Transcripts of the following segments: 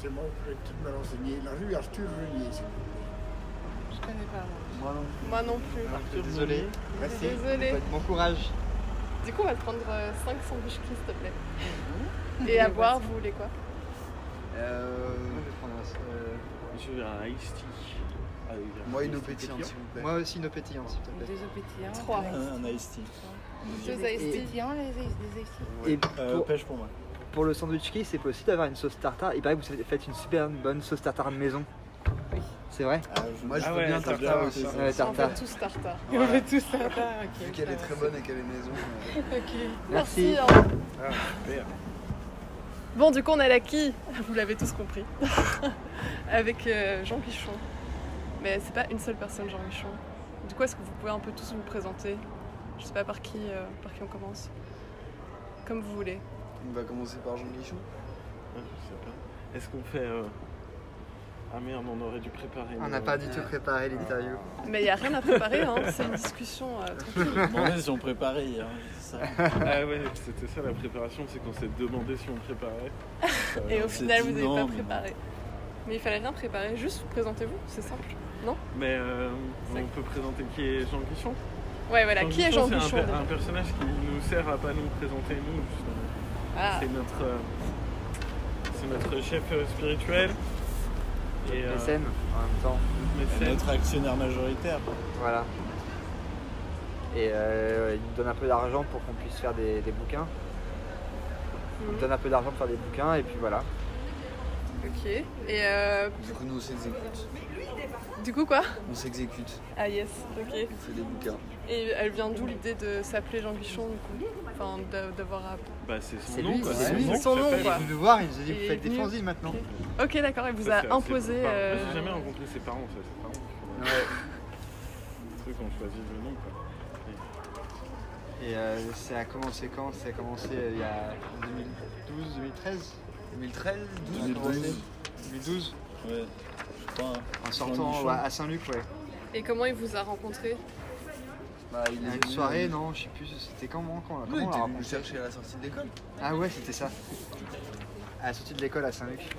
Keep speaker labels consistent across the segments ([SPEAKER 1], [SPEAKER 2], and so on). [SPEAKER 1] c'est moi qui me renseigner. La rue Arthur Renier, s'il vous plaît.
[SPEAKER 2] Je connais pas. moi.
[SPEAKER 3] Moi non plus. bah,
[SPEAKER 2] Moi non plus.
[SPEAKER 3] Arthur, désolé. Merci.
[SPEAKER 2] Désolée.
[SPEAKER 3] Bon- Bon courage.
[SPEAKER 2] Du coup, on va te prendre 5 sandwichs, s'il te plaît. Et à boire, vous voulez quoi
[SPEAKER 3] Euh,
[SPEAKER 4] Moi, je vais prendre un s- euh,
[SPEAKER 1] Je veux un iced tea. avec un
[SPEAKER 3] moi une eau
[SPEAKER 1] iced tea
[SPEAKER 3] pétillante, s'il vous plaît.
[SPEAKER 4] Moi aussi, nos pétillants, s'il te plaît.
[SPEAKER 5] Deux œufs pétillants.
[SPEAKER 2] Trois.
[SPEAKER 3] Euh,
[SPEAKER 5] Un
[SPEAKER 6] Un iced tea.
[SPEAKER 2] Deux
[SPEAKER 5] œufs
[SPEAKER 2] iced tea.
[SPEAKER 5] pétillants, les œufs- des œufs petits.
[SPEAKER 3] Et
[SPEAKER 4] Et
[SPEAKER 6] Euh,
[SPEAKER 4] pour,
[SPEAKER 6] pêche pour moi.
[SPEAKER 4] pour le sandwich cake, c'est possible d'avoir une sauce tartare. Il paraît que vous faites une super bonne sauce tartare maison.
[SPEAKER 5] Oui.
[SPEAKER 4] C'est vrai
[SPEAKER 3] Moi, je
[SPEAKER 1] Ah
[SPEAKER 3] veux
[SPEAKER 1] ouais,
[SPEAKER 3] bien
[SPEAKER 1] je veux
[SPEAKER 3] tartare
[SPEAKER 6] bien
[SPEAKER 3] aussi.
[SPEAKER 6] aussi.
[SPEAKER 4] Ouais,
[SPEAKER 2] On veut
[SPEAKER 4] tartare.
[SPEAKER 2] tous tartare.
[SPEAKER 5] On veut tous ça. Ah, ok.
[SPEAKER 3] Vu qu'elle est très bonne et qu'elle est maison. euh,
[SPEAKER 5] Ok.
[SPEAKER 4] Merci.
[SPEAKER 2] hein. Bon, du coup, on est à qui Vous l'avez tous compris. Avec euh, Jean Michon. Mais c'est pas une seule personne, Jean Michon. Du coup, est-ce que vous pouvez un peu tous vous présenter Je sais pas par qui, euh, par qui on commence. Comme vous voulez.
[SPEAKER 3] On va commencer par Jean Guichon.
[SPEAKER 1] Ouais, Ah, je sais pas. Est-ce qu'on fait. euh, Ah merde, on aurait dû préparer.
[SPEAKER 4] On
[SPEAKER 1] nos-
[SPEAKER 4] n'a pas du tout préparé l'interview.
[SPEAKER 2] Mais il n'y a rien à préparer, hein. c'est une discussion euh, tranquille.
[SPEAKER 6] En fait, ils ont préparé. hein, c'est ça.
[SPEAKER 1] Ah ouais, c'était ça la préparation, c'est qu'on s'est demandé si on préparait.
[SPEAKER 2] Et au
[SPEAKER 6] C'est
[SPEAKER 2] final, vous n'avez
[SPEAKER 6] énorme.
[SPEAKER 2] pas préparé. Mais il fallait rien préparer, juste vous présentez-vous, c'est simple.
[SPEAKER 1] Mais euh,
[SPEAKER 2] C'est-
[SPEAKER 1] on peut présenter qui est Jean Guichon
[SPEAKER 2] Ouais, voilà, qui est Jean Michon
[SPEAKER 1] C'est un per- un, personnage qui nous sert à pas nous présenter nous. justement.
[SPEAKER 2] Ah,
[SPEAKER 1] C'est notre, euh, c'est notre chef euh, spirituel et euh,
[SPEAKER 4] SM en même temps.
[SPEAKER 6] Et
[SPEAKER 1] mécène.
[SPEAKER 6] Notre actionnaire majoritaire.
[SPEAKER 4] Voilà. Et euh, il nous donne un peu d'argent pour qu'on puisse faire des, des bouquins. Il nous
[SPEAKER 2] Mhm.
[SPEAKER 4] donne un peu d'argent pour faire des bouquins et puis voilà.
[SPEAKER 2] ok. Et euh,
[SPEAKER 3] Du coup, nous, on s'exécute.
[SPEAKER 2] du coup, quoi
[SPEAKER 3] On s'exécute.
[SPEAKER 2] Ah, yes, ok.
[SPEAKER 3] C'est des bouquins.
[SPEAKER 2] Et elle vient d'où l'idée de s'appeler Jean Bichon, du coup Enfin, d'a- d'avoir. à-
[SPEAKER 1] Bah, c'est son
[SPEAKER 4] C'est
[SPEAKER 1] nom,
[SPEAKER 4] lui,
[SPEAKER 1] quoi.
[SPEAKER 4] c'est
[SPEAKER 1] son
[SPEAKER 4] lui,
[SPEAKER 1] nom,
[SPEAKER 2] c'est son
[SPEAKER 1] qui
[SPEAKER 2] nom,
[SPEAKER 1] s'appelle.
[SPEAKER 2] quoi.
[SPEAKER 4] Il nous voir, il nous a dit
[SPEAKER 2] Et
[SPEAKER 4] vous faites des
[SPEAKER 2] nous-
[SPEAKER 4] fanzines maintenant.
[SPEAKER 2] Ok, d'accord, elle vous
[SPEAKER 1] Ça, c'est-
[SPEAKER 2] a imposé.
[SPEAKER 1] c'est- enfin,
[SPEAKER 2] euh,
[SPEAKER 1] J'ai jamais rencontré ses parents, ça. Ses parents, je crois. Le truc, on choisit le nom, quoi.
[SPEAKER 4] Et euh, ça a commencé quand Ça a commencé euh, il y a 2012, 2013
[SPEAKER 3] 2013, 12,
[SPEAKER 6] 2012.
[SPEAKER 4] 2012
[SPEAKER 6] Ouais. Je crois. hein.
[SPEAKER 4] En
[SPEAKER 6] Jean
[SPEAKER 4] sortant
[SPEAKER 6] Michon.
[SPEAKER 4] ouais, à Saint-Luc, ouais.
[SPEAKER 2] Et comment il vous a rencontré
[SPEAKER 3] Bah, il
[SPEAKER 4] Il y
[SPEAKER 3] est
[SPEAKER 4] a une
[SPEAKER 3] venu-
[SPEAKER 4] soirée, non, je sais plus, c'était quand, moi, quand,
[SPEAKER 3] Oui,
[SPEAKER 4] comment on l'a
[SPEAKER 3] t'es venu me
[SPEAKER 4] raconté
[SPEAKER 3] chercher à la sortie de l'école.
[SPEAKER 4] Ah ouais, c'était ça. À la sortie de l'école à Saint-Luc.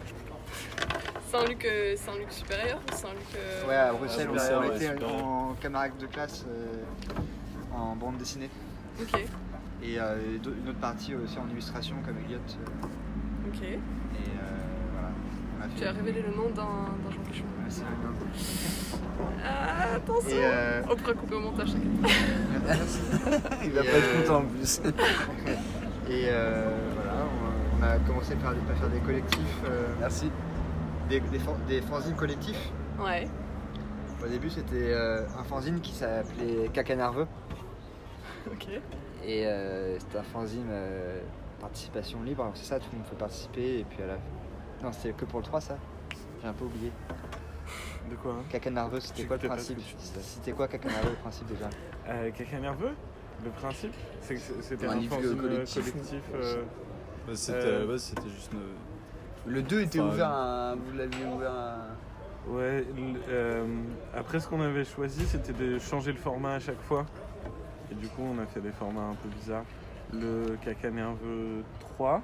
[SPEAKER 2] Saint-Luc euh, Saint-Luc supérieur ou Saint-Luc. euh,
[SPEAKER 4] Ouais, à Bruxelles,
[SPEAKER 6] Ah,
[SPEAKER 4] on-
[SPEAKER 6] Bruxelles,
[SPEAKER 4] on
[SPEAKER 6] ouais,
[SPEAKER 4] était
[SPEAKER 6] super.
[SPEAKER 4] en camarade de classe euh, en bande dessinée.
[SPEAKER 2] Ok,
[SPEAKER 4] Et euh, d'au- une autre partie aussi en illustration, comme Elliot. euh,
[SPEAKER 2] ok.
[SPEAKER 4] et euh, voilà, on a
[SPEAKER 2] Tu
[SPEAKER 4] fait.
[SPEAKER 2] as révélé le nom d'un d'un Jean Bichon.
[SPEAKER 4] Ouais, c'est rigolo.
[SPEAKER 2] Ah, attention
[SPEAKER 4] Et euh,
[SPEAKER 2] On pourra couper au montage, t'inquiète.
[SPEAKER 3] Il
[SPEAKER 4] va pas être content,
[SPEAKER 3] en plus.
[SPEAKER 4] Et euh, voilà, on on a commencé par des- par faire des collectifs, euh,
[SPEAKER 3] Merci.
[SPEAKER 4] des, des, fan- des fanzines collectifs.
[SPEAKER 2] Ouais.
[SPEAKER 4] Au début, c'était euh, un fanzine qui s'appelait Caca Nerveux.
[SPEAKER 2] Ok.
[SPEAKER 4] Et euh, c'était un fanzine euh, participation libre. Alors, C'est ça, tout le monde peut participer. Et puis à la Non, c'était que pour le 3, ça J'ai un peu oublié.
[SPEAKER 1] De quoi hein
[SPEAKER 4] Caca Nerveux, c'était
[SPEAKER 1] Tu
[SPEAKER 4] quoi le
[SPEAKER 1] t'es pas
[SPEAKER 4] principe
[SPEAKER 1] tout de
[SPEAKER 4] C'était quoi Caca Nerveux, le principe déjà
[SPEAKER 1] Euh, Quelqu'un nerveux Le principe, c'est que c'est- c'était
[SPEAKER 3] Un
[SPEAKER 1] un
[SPEAKER 3] livre
[SPEAKER 1] fanzine
[SPEAKER 3] collectif.
[SPEAKER 1] collectif. euh,
[SPEAKER 6] Bah, c'était
[SPEAKER 1] Euh.
[SPEAKER 6] ouais, c'était juste une.
[SPEAKER 3] Le 2 était
[SPEAKER 6] Enfin, euh,
[SPEAKER 3] ouvert à. Vous l'aviez ouvert à.
[SPEAKER 1] Ouais, l- euh, après ce qu'on avait choisi, c'était de changer le format à chaque fois. Et du coup, on a fait des formats un peu bizarres. Le caca nerveux 3,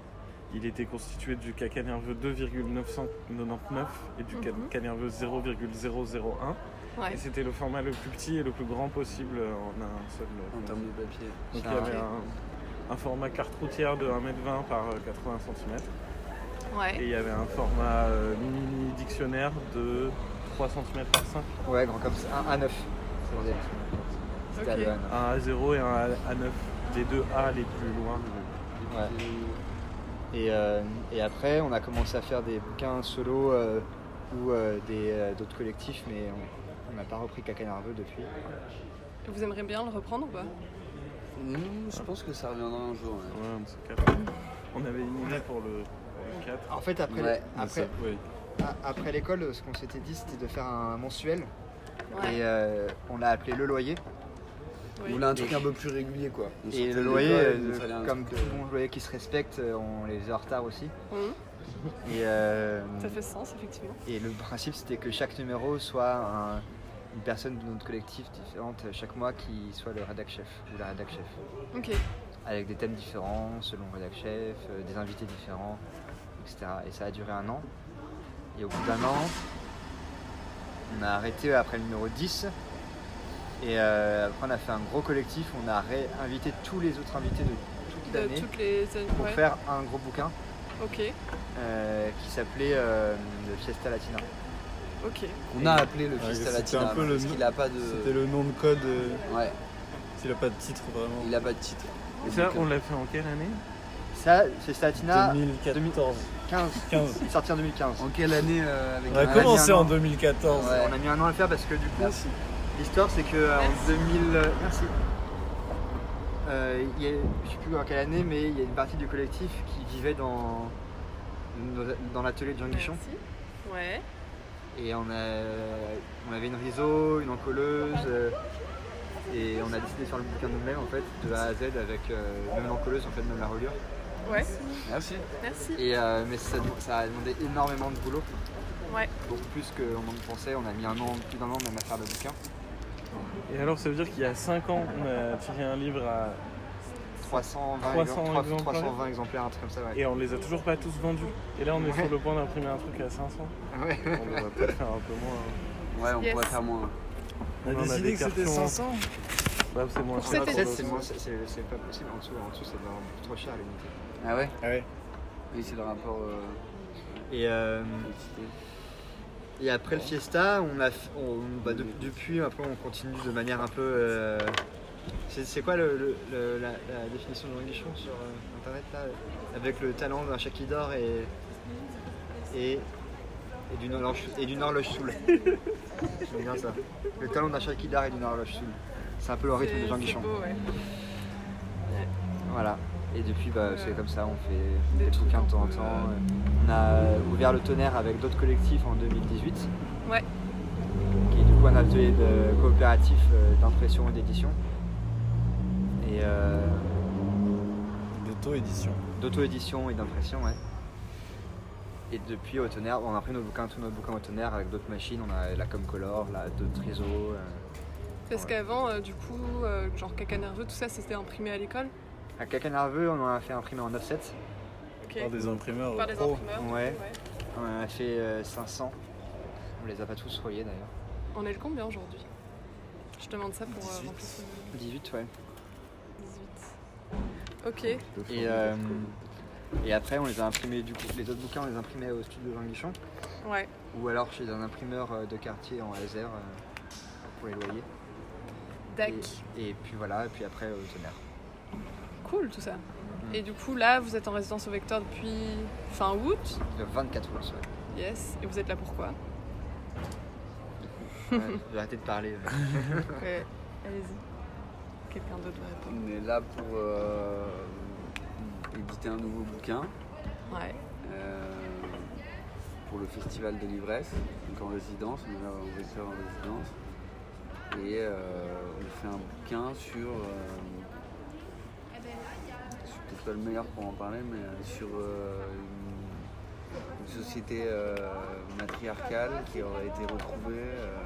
[SPEAKER 1] il était constitué du caca nerveux 2,999 et du
[SPEAKER 2] Mhm.
[SPEAKER 1] caca nerveux 0,001.
[SPEAKER 2] Ouais.
[SPEAKER 1] Et c'était le format le plus petit et le plus grand possible en un seul.
[SPEAKER 3] En termes de papier.
[SPEAKER 1] Donc il y
[SPEAKER 4] Ah,
[SPEAKER 1] avait
[SPEAKER 2] ok.
[SPEAKER 1] un, un format carte routière de 1m20 par euh, 80 cm. Et
[SPEAKER 2] Ouais.
[SPEAKER 1] il y avait un format euh, mini dictionnaire de 3 cm par 5.
[SPEAKER 4] Ouais, grand comme ça. Un A9. c'est vrai. C'était à hein.
[SPEAKER 2] Ok.
[SPEAKER 4] Lehan.
[SPEAKER 1] Un A0 et un A9. Les deux A les plus loin.
[SPEAKER 4] Ouais. Et, euh, et après, on a commencé à faire des bouquins solo euh, ou euh, des, euh, d'autres collectifs, mais on- on n'a pas repris Caca Nerveux depuis.
[SPEAKER 2] Vous aimeriez bien le reprendre ou pas
[SPEAKER 3] Mmh, je pense que ça reviendra un jour. ouais.
[SPEAKER 1] Ouais, on se capte. On avait une idée pour le, pour le 4.
[SPEAKER 4] En fait, après,
[SPEAKER 3] Ouais,
[SPEAKER 4] après,
[SPEAKER 6] Mais ça- ouais.
[SPEAKER 4] a- après l'école, ce qu'on s'était dit, c'était de faire un mensuel.
[SPEAKER 2] Ouais.
[SPEAKER 4] Et euh, on l'a appelé Le Loyer.
[SPEAKER 2] Oui.
[SPEAKER 3] Vous voulez un truc un peu plus régulier quoi. On sortait
[SPEAKER 4] Et
[SPEAKER 3] de
[SPEAKER 4] le loyer,
[SPEAKER 3] l'école,
[SPEAKER 4] euh,
[SPEAKER 3] il fallait un
[SPEAKER 4] comme tout
[SPEAKER 3] truc, euh,
[SPEAKER 4] bon loyer qui se respecte, euh, on les faisait en retard aussi.
[SPEAKER 2] Mhm.
[SPEAKER 4] Et, euh,
[SPEAKER 2] Ça fait sens, effectivement.
[SPEAKER 4] et le principe, c'était que chaque numéro soit un- une personne de notre collectif différente euh, chaque mois qui soit le rédac chef ou la rédac chef.
[SPEAKER 2] Ok.
[SPEAKER 4] avec des thèmes différents, selon rédac chef, euh, des invités différents, etc. Et ça a duré un an. Et au bout d'un an, on a arrêté après le numéro 10. Et euh, après, on a fait un gros collectif. On a réinvité tous les autres invités de toute
[SPEAKER 2] De
[SPEAKER 4] l'année
[SPEAKER 2] toutes les années.
[SPEAKER 4] pour
[SPEAKER 2] Ouais.
[SPEAKER 4] faire un gros bouquin
[SPEAKER 2] Ok,
[SPEAKER 4] euh, qui s'appelait euh, le Fiesta Latina.
[SPEAKER 2] ok.
[SPEAKER 3] On a appelé le
[SPEAKER 6] Ouais,
[SPEAKER 3] Fiesta
[SPEAKER 6] c'était
[SPEAKER 3] Latina
[SPEAKER 6] un peu le
[SPEAKER 3] parce
[SPEAKER 6] nom-
[SPEAKER 3] qu'il a pas de.
[SPEAKER 6] C'était le nom de code. euh,
[SPEAKER 3] Ouais,
[SPEAKER 6] Il a pas de titre vraiment.
[SPEAKER 3] il a pas de titre.
[SPEAKER 1] Et ça, on l'a fait en quelle année
[SPEAKER 4] Ça, Fiesta Latina
[SPEAKER 6] 2014.
[SPEAKER 4] 15,
[SPEAKER 6] 15.
[SPEAKER 4] il est sorti en 2015.
[SPEAKER 3] En quelle année euh, avec
[SPEAKER 6] On a
[SPEAKER 3] un
[SPEAKER 6] commencé
[SPEAKER 3] Indien,
[SPEAKER 6] en
[SPEAKER 3] non
[SPEAKER 6] 2014.
[SPEAKER 3] Ouais.
[SPEAKER 4] On a mis un an à le faire parce que du coup,
[SPEAKER 3] Merci.
[SPEAKER 4] L'histoire, c'est que euh, en
[SPEAKER 2] Merci.
[SPEAKER 4] 2000. euh, Merci. Euh, il y a- je sais plus en quelle année, mais il y a une partie du collectif qui vivait dans, dans l'atelier de Jean Guichon.
[SPEAKER 2] Merci. Ouais.
[SPEAKER 4] Et on, a, on avait une riso, une encoleuse, euh, et on a décidé de faire le bouquin nous-mêmes, en fait, de A à Z, avec euh, même l'encoleuse, en fait, même la reliure.
[SPEAKER 2] Ouais.
[SPEAKER 3] Merci.
[SPEAKER 2] Merci.
[SPEAKER 4] Et, euh, mais ça, ça a demandé énormément de boulot.
[SPEAKER 2] Ouais.
[SPEAKER 4] Beaucoup plus qu'on en pensait, on a mis un an, plus d'un an même à faire le bouquin.
[SPEAKER 1] Et alors, ça veut dire qu'il y a 5 ans, on a tiré un livre à...
[SPEAKER 4] 320,
[SPEAKER 1] 300
[SPEAKER 4] trois-
[SPEAKER 1] exemplaires.
[SPEAKER 4] 320 exemplaires, un truc comme ça, ouais.
[SPEAKER 1] et on les a toujours pas tous vendus. Et là, on est
[SPEAKER 4] Ouais.
[SPEAKER 1] sur le point d'imprimer un truc à 500.
[SPEAKER 4] Ouais.
[SPEAKER 1] On devrait peut-être faire un peu moins. hein.
[SPEAKER 3] Ouais, on
[SPEAKER 2] Yes.
[SPEAKER 3] pourrait faire moins.
[SPEAKER 1] On en a des cartons. Bah, c'est moins
[SPEAKER 2] Pour
[SPEAKER 1] cher.
[SPEAKER 2] cet
[SPEAKER 1] pour
[SPEAKER 2] été.
[SPEAKER 1] le-
[SPEAKER 4] c'est moins- c'est- c'est- c'est pas possible en dessous, en dessous c'est vraiment trop cher à l'unité.
[SPEAKER 3] Ah ouais
[SPEAKER 6] Ah ouais.
[SPEAKER 3] Oui, c'est le rapport. euh,
[SPEAKER 4] Et, euh,
[SPEAKER 3] quantité.
[SPEAKER 4] et après le fiesta, on a, f- on, bah, de- depuis après on continue de manière un peu. euh, c'est c'est quoi le, le- le- la, la définition de Jean Guichon sur euh, internet là Avec le talent d'un chat qui dort et. et. et d'une horloge, et d'une horloge saoule. J'aime bien ça. Le talent d'un chat qui dort et d'une horloge saoule. C'est un peu le rythme de
[SPEAKER 2] C'est-
[SPEAKER 4] Jean
[SPEAKER 2] c'est
[SPEAKER 4] Guichon.
[SPEAKER 2] beau, ouais.
[SPEAKER 4] Voilà. Et depuis, bah,
[SPEAKER 2] Ouais.
[SPEAKER 4] c'est comme ça, on fait
[SPEAKER 2] Des
[SPEAKER 4] des
[SPEAKER 2] trucs
[SPEAKER 4] bouquins de temps en
[SPEAKER 2] un peu,
[SPEAKER 4] temps. On a ouvert le tonnerre avec d'autres collectifs en 2018.
[SPEAKER 2] Ouais.
[SPEAKER 4] Qui est du coup un atelier de coopératif euh, d'impression et d'édition. Et euh,
[SPEAKER 6] D'auto-édition.
[SPEAKER 4] d'auto-édition et d'impression, ouais. Et depuis au tonnerre, on a pris nos bouquins, tous nos bouquins au tonnerre avec d'autres machines. On a la Comcolor, la d'autres euh. réseaux.
[SPEAKER 2] Parce qu'avant, euh, du coup, euh, genre caca nerveux, tout ça, c'était imprimé à l'école.
[SPEAKER 4] À Caca Nerveux, on en a fait imprimer en offset.
[SPEAKER 2] Ok.
[SPEAKER 6] Par des imprimeurs. euh,
[SPEAKER 2] Par des
[SPEAKER 6] pro.
[SPEAKER 2] imprimeurs.
[SPEAKER 4] Ouais. On en a fait euh, 500. On les a pas tous reliés d'ailleurs.
[SPEAKER 2] On est le combien aujourd'hui Je demande ça pour euh,
[SPEAKER 6] 18.
[SPEAKER 2] remplir son-
[SPEAKER 4] 18, ouais.
[SPEAKER 2] 18. Ok.
[SPEAKER 4] Et, euh, et après, on les a imprimés, du coup, les autres bouquins, on les imprimait au studio Jean Guichon
[SPEAKER 2] Ouais.
[SPEAKER 4] ou alors chez un imprimeur euh, de quartier en laser euh, pour les loyers.
[SPEAKER 2] Dac.
[SPEAKER 4] Et, et puis voilà, et puis après au tonnerre.
[SPEAKER 2] Cool tout ça.
[SPEAKER 4] Mm.
[SPEAKER 2] Et du coup, là, vous êtes en résidence au Vecteur depuis fin août.
[SPEAKER 4] Le 24 août, ouais.
[SPEAKER 2] Yes. Et vous êtes là pourquoi
[SPEAKER 4] Ouais, J'ai arrêté de parler. euh.
[SPEAKER 2] Ouais. Allez-y. Quelqu'un d'autre va répondre.
[SPEAKER 3] On est là pour euh, éditer un nouveau bouquin
[SPEAKER 2] Ouais.
[SPEAKER 3] euh, pour le festival de l'ivresse, donc en résidence, on est là au Vecteur en résidence. Et euh, on fait un bouquin sur. euh, je suis peut-être pas le meilleur pour en parler, mais euh, sur euh, une, une société euh, matriarcale qui aurait été retrouvée euh,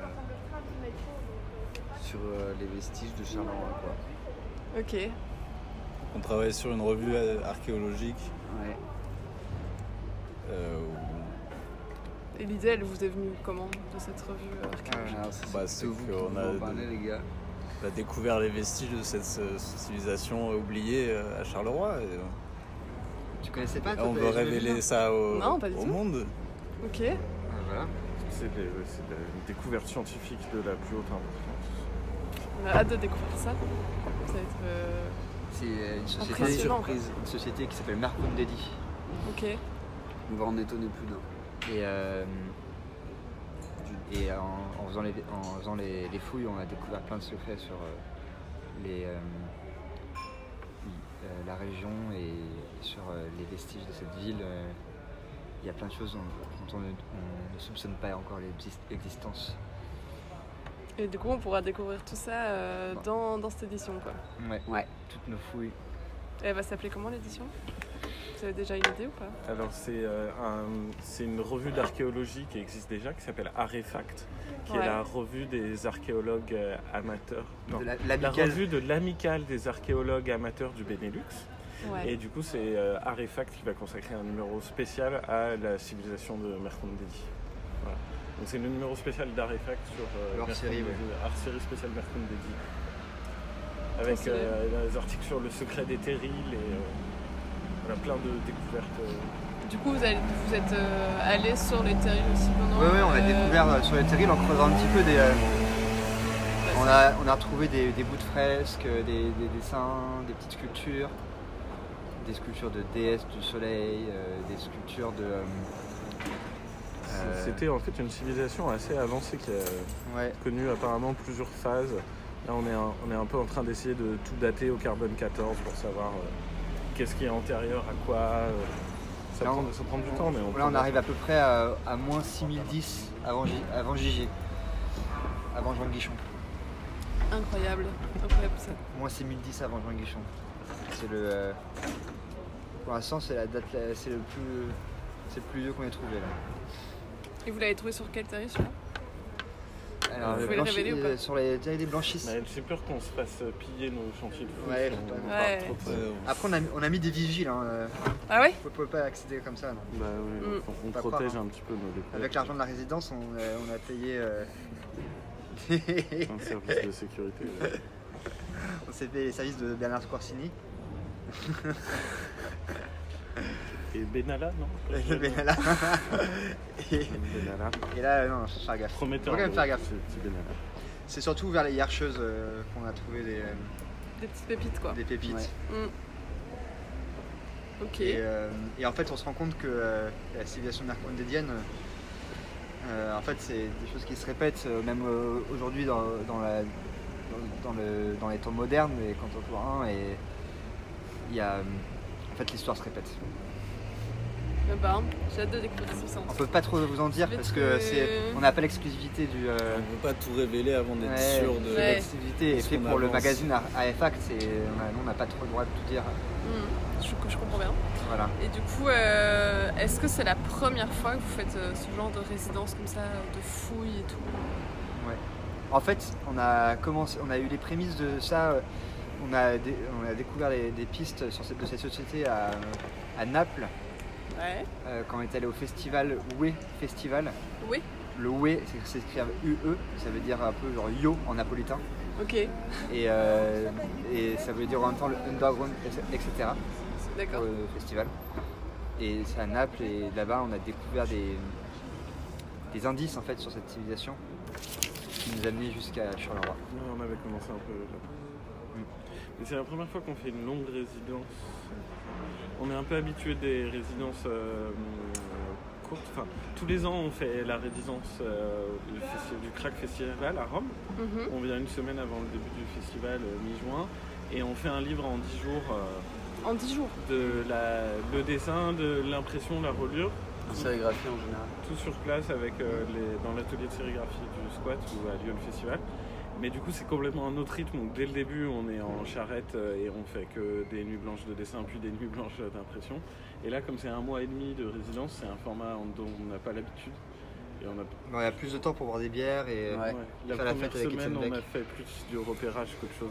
[SPEAKER 3] sur euh, les vestiges de Charleroi. quoi.
[SPEAKER 2] Ok.
[SPEAKER 6] On travaille sur une revue euh, archéologique.
[SPEAKER 3] Ouais.
[SPEAKER 6] euh,
[SPEAKER 2] Et l'idée, elle vous est venue comment de cette revue euh, archéologique
[SPEAKER 3] Alors, c'est
[SPEAKER 6] Bah,
[SPEAKER 3] c'est
[SPEAKER 6] c'est
[SPEAKER 3] vous qui
[SPEAKER 6] qu'on
[SPEAKER 3] pouvez
[SPEAKER 6] a
[SPEAKER 3] en parler,
[SPEAKER 6] de-
[SPEAKER 3] les gars.
[SPEAKER 6] on a découvert les vestiges de cette euh, civilisation oubliée euh, à Charleroi. et, euh,
[SPEAKER 4] tu connaissais Ah, pas toi,
[SPEAKER 6] on
[SPEAKER 4] t'avais
[SPEAKER 6] veut
[SPEAKER 4] jamais vu
[SPEAKER 6] révéler
[SPEAKER 4] ça
[SPEAKER 6] ça au,
[SPEAKER 2] Non, pas du
[SPEAKER 6] au
[SPEAKER 2] tout.
[SPEAKER 6] monde.
[SPEAKER 2] euh Ok.
[SPEAKER 4] Ah, voilà.
[SPEAKER 1] C'est des- ouais, c'est de- une découverte scientifique de la plus haute importance.
[SPEAKER 2] On a hâte de découvrir ça. Ça va être. euh,
[SPEAKER 4] C'est euh, une société,
[SPEAKER 2] Impressionnant.
[SPEAKER 3] Surprise,
[SPEAKER 4] une société qui s'appelle Mercom Dedi.
[SPEAKER 2] Ok.
[SPEAKER 3] on va en étonner plus d'un.
[SPEAKER 4] Et, euh, et en, en faisant, les, en faisant les, les fouilles, on a découvert plein de secrets sur euh, les, euh, euh, la région et sur euh, les vestiges de cette ville. euh. Il y a plein de choses dont, dont on, ne, on ne soupçonne pas encore l'exis- l'existence.
[SPEAKER 2] Et du coup, on pourra découvrir tout ça euh,
[SPEAKER 4] Bon.
[SPEAKER 2] dans, dans cette édition, quoi.
[SPEAKER 4] Ouais.
[SPEAKER 3] Ouais.
[SPEAKER 4] Toutes nos fouilles.
[SPEAKER 2] Elle va s'appeler comment l'édition Vous avez déjà une idée ou pas
[SPEAKER 1] Alors, c'est euh, un- c'est une revue d'archéologie qui existe déjà, qui s'appelle Artefact, qui
[SPEAKER 2] Ouais.
[SPEAKER 1] est la revue des archéologues euh, amateurs. Non,
[SPEAKER 4] De la,
[SPEAKER 1] la
[SPEAKER 4] l'amicale.
[SPEAKER 1] revue de l'amicale des archéologues amateurs du Benelux.
[SPEAKER 2] Ouais.
[SPEAKER 1] Et du coup, c'est euh, Artefact qui va consacrer un numéro spécial à la civilisation de Mercondeli. Voilà. Donc c'est le numéro spécial d'Artefact sur euh,
[SPEAKER 4] Leur série,
[SPEAKER 1] Mercondeli, hors-série spéciale Mercondeli. Avec
[SPEAKER 2] Trop
[SPEAKER 1] euh, des articles sur le secret des terrils et euh, voilà, plein de découvertes. euh.
[SPEAKER 2] Du coup, vous, allez- vous êtes allé sur les terrils aussi pendant.
[SPEAKER 4] Ouais, ouais, on a
[SPEAKER 2] euh,
[SPEAKER 4] découvert euh, sur les terrils en creusant un petit peu des. euh,
[SPEAKER 2] bah,
[SPEAKER 4] on, a, on a retrouvé des, des bouts de fresques, euh, des, des dessins, des petites sculptures, des sculptures de déesses du soleil, euh, des sculptures de. euh, Euh.
[SPEAKER 1] C'était en fait une civilisation assez avancée qui a
[SPEAKER 4] ouais,
[SPEAKER 1] connu apparemment plusieurs phases. Là, on est un, on est un peu en train d'essayer de tout dater au carbone 14 pour savoir euh, qu'est-ce qui est antérieur à quoi. euh. ça,
[SPEAKER 4] Là, on-
[SPEAKER 1] prend, ça prend du temps, mais on,
[SPEAKER 4] Là, on
[SPEAKER 1] peut-
[SPEAKER 4] arrive à peu près à, à moins 6010 avant, J- avant JG. Avant Jean Guichon.
[SPEAKER 2] Incroyable, incroyable ça.
[SPEAKER 4] Moins 6010 avant Jean Guichon. C'est le. euh, pour l'instant, c'est la date. la- C'est le plus. C'est le plus vieux qu'on ait trouvé là.
[SPEAKER 2] Et vous l'avez trouvé sur quel terril celui-là
[SPEAKER 4] Alors,
[SPEAKER 1] Vous
[SPEAKER 4] le
[SPEAKER 2] pouvez le révéler ou pas
[SPEAKER 4] euh, sur les terrils des blanchisses.
[SPEAKER 1] Mais j'ai peur qu'on se fasse piller nos chantiers de foot.
[SPEAKER 4] Ouais,
[SPEAKER 1] On-
[SPEAKER 4] faut pas-
[SPEAKER 2] Ouais.
[SPEAKER 1] trop-
[SPEAKER 6] Ouais, on-
[SPEAKER 4] Après, on a, mis- on a mis des vigiles. Hein. euh,
[SPEAKER 2] Ah ouais
[SPEAKER 4] Vous pouvez pas accéder comme ça. Non.
[SPEAKER 1] Bah oui,
[SPEAKER 2] Mm.
[SPEAKER 1] faut qu'on
[SPEAKER 4] Faut pas
[SPEAKER 1] protège
[SPEAKER 4] croire, hein.
[SPEAKER 1] un petit peu nos découvertes.
[SPEAKER 4] Avec l'argent de la résidence, on, euh, on a payé. euh, des-
[SPEAKER 1] Un service de sécurité. ouais.
[SPEAKER 4] on s'est payé les services de Bernard Squarcini.
[SPEAKER 1] Et Benalla, non
[SPEAKER 4] Benalla. et,
[SPEAKER 1] Benalla.
[SPEAKER 4] et là, euh, non, faut faire gaffe.
[SPEAKER 1] Prometteur.
[SPEAKER 4] Faut quand même
[SPEAKER 1] le-
[SPEAKER 4] faire gaffe.
[SPEAKER 1] ce petit Benalla.
[SPEAKER 4] C'est surtout vers les Yarcheuses euh, qu'on a trouvé des, euh,
[SPEAKER 2] Des petites pépites
[SPEAKER 1] Ah.
[SPEAKER 2] quoi.
[SPEAKER 4] des pépites.
[SPEAKER 3] Ouais.
[SPEAKER 2] Ok.
[SPEAKER 4] Et, euh, et en fait, on se rend compte que euh, la civilisation narcondédienne, en fait, c'est des choses qui se répètent, euh, même euh, aujourd'hui dans, dans la- dans- dans le- dans les temps modernes et contemporains. Et il y a, euh, en fait, l'histoire se répète.
[SPEAKER 2] Ah bah, j'ai hâte de découvrir ce sens.
[SPEAKER 4] On peut pas trop vous en dire parce que
[SPEAKER 2] Mais-
[SPEAKER 4] c'est, on n'a pas l'exclusivité du. euh,
[SPEAKER 6] On ne peut pas tout révéler avant d'être
[SPEAKER 4] ouais,
[SPEAKER 6] sûr de.
[SPEAKER 2] Ouais.
[SPEAKER 4] L'exclusivité est
[SPEAKER 6] Est-ce
[SPEAKER 4] faite
[SPEAKER 6] qu'on
[SPEAKER 4] pour le
[SPEAKER 6] avance
[SPEAKER 4] magazine Ar- Artefact et euh, on a- nous, on n'a pas trop le droit de tout dire.
[SPEAKER 2] Hmm, je, je comprends bien.
[SPEAKER 4] Voilà.
[SPEAKER 2] Et du coup, euh, est-ce que c'est la première fois que vous faites euh, ce genre de résidence comme ça, de fouilles et tout
[SPEAKER 4] En fait, on a commencé, on a eu les prémices de ça. euh, On a, dé- on a découvert les- des pistes sur cette, de cette société à, à Naples
[SPEAKER 2] Ouais.
[SPEAKER 4] euh, quand on est allé au festival WE Festival.
[SPEAKER 2] Oui.
[SPEAKER 4] Le WE, c'est c'est écrit avec UE, ça veut dire un peu genre yo en napolitain.
[SPEAKER 2] Ok,
[SPEAKER 4] Et, euh, et ça veut dire en même temps le underground, etc. pour
[SPEAKER 2] d'accord.
[SPEAKER 4] le festival. Et c'est à Naples et là-bas on a découvert des, des indices en fait sur cette civilisation qui nous amenaient jusqu'à Charleroi.
[SPEAKER 1] Ouais, on avait commencé un peu là.
[SPEAKER 4] Mm.
[SPEAKER 1] Mais c'est la première fois qu'on fait une longue résidence. On est un peu habitué des résidences euh, courtes. Enfin, tous les ans, on fait la résidence euh, le festi- du Crack Festival à Rome.
[SPEAKER 2] Mhm.
[SPEAKER 1] On vient une semaine avant le début du festival, euh, mi-juin. Et on fait un livre en 10 jours euh,
[SPEAKER 2] En 10 jours.
[SPEAKER 1] de la, le dessin, de l'impression, la reliure.
[SPEAKER 3] En sérigraphie en général.
[SPEAKER 1] Tout sur place avec, euh, les- dans l'atelier de sérigraphie du squat où a lieu le festival. Mais du coup, c'est complètement un autre rythme. Donc, dès le début, on est en charrette euh, et on fait que des nuits blanches de dessin, puis des nuits blanches euh, d'impression. Et là, comme c'est un mois et demi de résidence, c'est un format en- dont on n'a pas l'habitude. Et on a
[SPEAKER 4] Mais on a plus de temps pour boire des bières et euh,
[SPEAKER 3] Ouais.
[SPEAKER 1] ouais, la
[SPEAKER 4] Faire la
[SPEAKER 1] première
[SPEAKER 4] fête avec Ah,
[SPEAKER 1] semaine,
[SPEAKER 4] Étienne
[SPEAKER 1] on a
[SPEAKER 4] Beck.
[SPEAKER 1] fait plus du repérage qu'autre chose.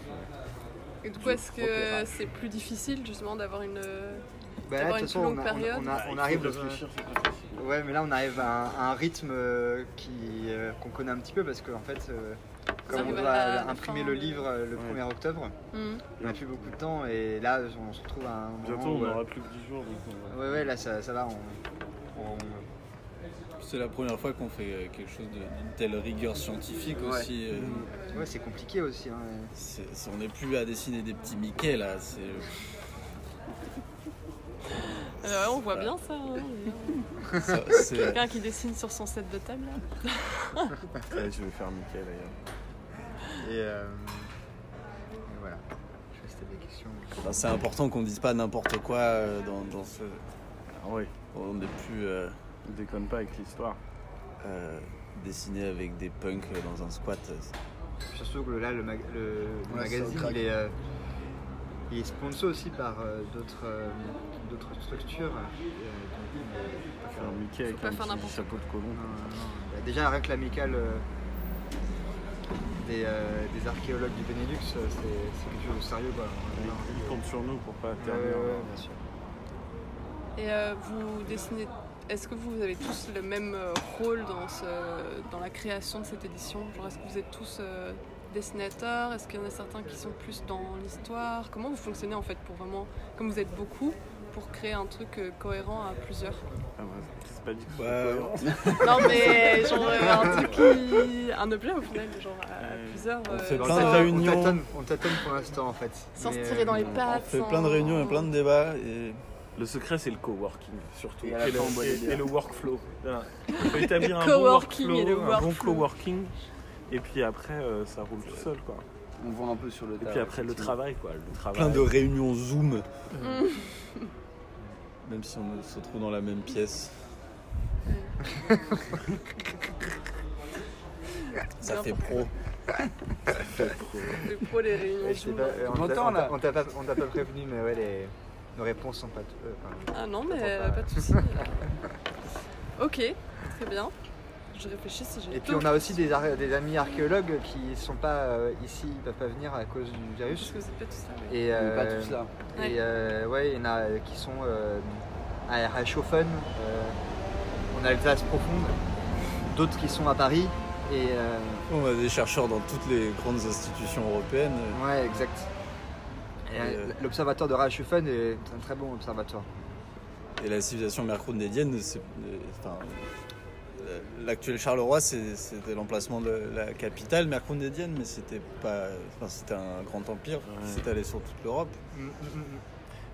[SPEAKER 2] Et du coup,
[SPEAKER 4] Jour
[SPEAKER 2] est-ce que
[SPEAKER 4] repérage.
[SPEAKER 2] c'est plus difficile justement d'avoir une. euh,
[SPEAKER 4] Bah, là,
[SPEAKER 2] D'avoir
[SPEAKER 4] de toute
[SPEAKER 2] une
[SPEAKER 4] façon
[SPEAKER 2] plus longue
[SPEAKER 4] on, a- on a-
[SPEAKER 2] période.
[SPEAKER 4] on a- on arrive
[SPEAKER 1] de
[SPEAKER 4] dans un-
[SPEAKER 1] Bah, réfléchir, c'est pas facile.
[SPEAKER 4] Ouais mais là on arrive à un, à un rythme euh, qui euh, qu'on connaît un petit peu parce que en fait euh,
[SPEAKER 2] Ça
[SPEAKER 4] comme on
[SPEAKER 2] arrive à
[SPEAKER 4] doit
[SPEAKER 2] la- à la
[SPEAKER 4] imprimer
[SPEAKER 2] fin,
[SPEAKER 4] le
[SPEAKER 2] euh,
[SPEAKER 4] livre euh, le
[SPEAKER 1] Ouais.
[SPEAKER 4] 1er octobre,
[SPEAKER 2] hmm.
[SPEAKER 4] on a plus beaucoup de temps et là on se retrouve à un moment
[SPEAKER 1] Bientôt,
[SPEAKER 4] où,
[SPEAKER 1] on
[SPEAKER 4] euh,
[SPEAKER 1] aura plus que 10 jours. donc on va-
[SPEAKER 4] Ouais ouais là ça, ça va on- on,
[SPEAKER 6] C'est la première fois qu'on fait euh, quelque chose de- d'une telle rigueur scientifique
[SPEAKER 4] Ouais.
[SPEAKER 6] aussi. euh,
[SPEAKER 4] Ouais, c'est compliqué aussi. Hein.
[SPEAKER 6] c'est- c'est- on n'est plus à dessiner des petits Mickey là. c'est-
[SPEAKER 2] Alors, Ah, ouais, on voit bien ça. hein.
[SPEAKER 6] ça- c'est-
[SPEAKER 2] Quelqu'un qui dessine sur son set de table là.
[SPEAKER 1] Ouais, je vais faire Mickey d'ailleurs.
[SPEAKER 4] Et, euh, et voilà. Je sais pas si t'as des questions.
[SPEAKER 6] Enfin, Bah, c'est important qu'on dise pas n'importe quoi euh, dans, dans ce.
[SPEAKER 1] Ah ouais,
[SPEAKER 6] On n'est plus euh,
[SPEAKER 1] déconne pas avec l'histoire.
[SPEAKER 6] euh, dessiné avec des punks dans un squat.
[SPEAKER 4] Surtout que là, le, mag- le- le
[SPEAKER 3] Ouais, c'est
[SPEAKER 4] magazine,
[SPEAKER 3] au crack.
[SPEAKER 4] il est, euh, il est sponsor aussi par euh, d'autres euh, d'autres structures. Euh, donc, on peut pas faire-
[SPEAKER 1] Faire Mickey avec
[SPEAKER 2] pas
[SPEAKER 1] un
[SPEAKER 2] faire
[SPEAKER 1] petit
[SPEAKER 2] n'importe
[SPEAKER 1] chapeau de
[SPEAKER 4] Non,
[SPEAKER 1] colombe.
[SPEAKER 4] non, non. Bah, Déjà, rien que l'amical, euh, des, euh, des archéologues du Benelux, euh, c'est c'est quelque chose de sérieux quoi.
[SPEAKER 1] Ils ils comptent sur nous pour pas
[SPEAKER 4] Ouais,
[SPEAKER 1] terminer.
[SPEAKER 4] ouais, ouais, bien sûr.
[SPEAKER 2] Et euh, vous dessinez. Est-ce que vous avez tous le même euh, rôle dans, ce- dans la création de cette édition Genre, est-ce que vous êtes tous euh, dessinateurs Est-ce qu'il y en a certains qui sont plus dans l'histoire Comment vous fonctionnez en fait pour vraiment. Comme vous êtes beaucoup, pour créer un truc euh, cohérent à plusieurs
[SPEAKER 1] Ah ouais, c'est pas dit que ce soit
[SPEAKER 6] Bah,
[SPEAKER 1] cohérent.
[SPEAKER 2] Non mais genre euh, un truc qui. Un objet au final, genre à, à
[SPEAKER 1] Ouais.
[SPEAKER 2] plusieurs. euh,
[SPEAKER 6] On fait
[SPEAKER 4] On
[SPEAKER 6] plein
[SPEAKER 4] tâtonne-
[SPEAKER 6] de
[SPEAKER 2] sans-
[SPEAKER 6] réunions.
[SPEAKER 4] On tâtonne, on tâtonne pour l'instant en fait.
[SPEAKER 2] Sans se
[SPEAKER 4] Mais,
[SPEAKER 2] tirer dans les
[SPEAKER 4] euh,
[SPEAKER 2] pattes.
[SPEAKER 6] On fait
[SPEAKER 2] sans-
[SPEAKER 6] plein de réunions et plein de débats. Et...
[SPEAKER 1] Le secret, c'est le coworking, surtout.
[SPEAKER 3] Et à la
[SPEAKER 1] Et le,
[SPEAKER 3] fin, on boit des
[SPEAKER 1] et-
[SPEAKER 3] bières.
[SPEAKER 1] et le workflow. Voilà. Il faut établir un, bon
[SPEAKER 2] coworking
[SPEAKER 1] workflow,
[SPEAKER 2] et le
[SPEAKER 1] un bon
[SPEAKER 2] workflow.
[SPEAKER 1] coworking. Et puis après, euh, ça roule tout seul. Quoi.
[SPEAKER 3] On voit un peu sur le
[SPEAKER 1] Et
[SPEAKER 3] tas.
[SPEAKER 1] puis après, le
[SPEAKER 3] effectivement.
[SPEAKER 1] travail. Quoi. Le travail.
[SPEAKER 6] Plein de réunions Zoom.
[SPEAKER 2] Mm.
[SPEAKER 6] Même si on se trouve dans la même pièce. Ça
[SPEAKER 2] Bien
[SPEAKER 6] fait pro.
[SPEAKER 2] Le pro des réunions.
[SPEAKER 4] ouais, je sais
[SPEAKER 2] Zoom.
[SPEAKER 4] pas, euh, on
[SPEAKER 3] Tu
[SPEAKER 4] t'a-
[SPEAKER 3] m'entends,
[SPEAKER 4] on t'a-
[SPEAKER 3] là
[SPEAKER 4] On t'a pas, on t'a pas prévenu, mais ouais, les, nos réponses sont pas. t- euh, enfin,
[SPEAKER 2] Ah non,
[SPEAKER 4] T'entends
[SPEAKER 2] mais
[SPEAKER 4] pas,
[SPEAKER 2] pas
[SPEAKER 4] ouais.
[SPEAKER 2] de soucis. ok, très bien. Je réfléchis si j'ai
[SPEAKER 4] Et puis on a aussi des, ar- des amis archéologues qui sont pas euh, ici, ils peuvent pas venir à cause du
[SPEAKER 2] Parce
[SPEAKER 4] virus.
[SPEAKER 2] que vous êtes pas tout ça. ouais.
[SPEAKER 4] Et,
[SPEAKER 3] Mais Pas
[SPEAKER 4] euh,
[SPEAKER 3] tous là.
[SPEAKER 2] Ouais.
[SPEAKER 4] Et euh, ouais, il y en a euh, qui sont euh, à Reichshofen, euh, en Alsace profonde, d'autres qui sont à Paris. Et euh,
[SPEAKER 6] On a des chercheurs dans toutes les grandes institutions européennes.
[SPEAKER 4] ouais, exact. Et,
[SPEAKER 6] Et,
[SPEAKER 4] euh,
[SPEAKER 6] euh,
[SPEAKER 4] L'observatoire de Reichshofen est un très bon observatoire.
[SPEAKER 6] Et la civilisation mercronidienne, c'est. euh, Enfin, euh, L'actuel Charleroi, c'est- c'était l'emplacement de la capitale mercronidienne, mais c'était pas. Enfin, c'était un grand empire
[SPEAKER 1] Ouais.
[SPEAKER 6] qui s'étalait sur toute l'Europe.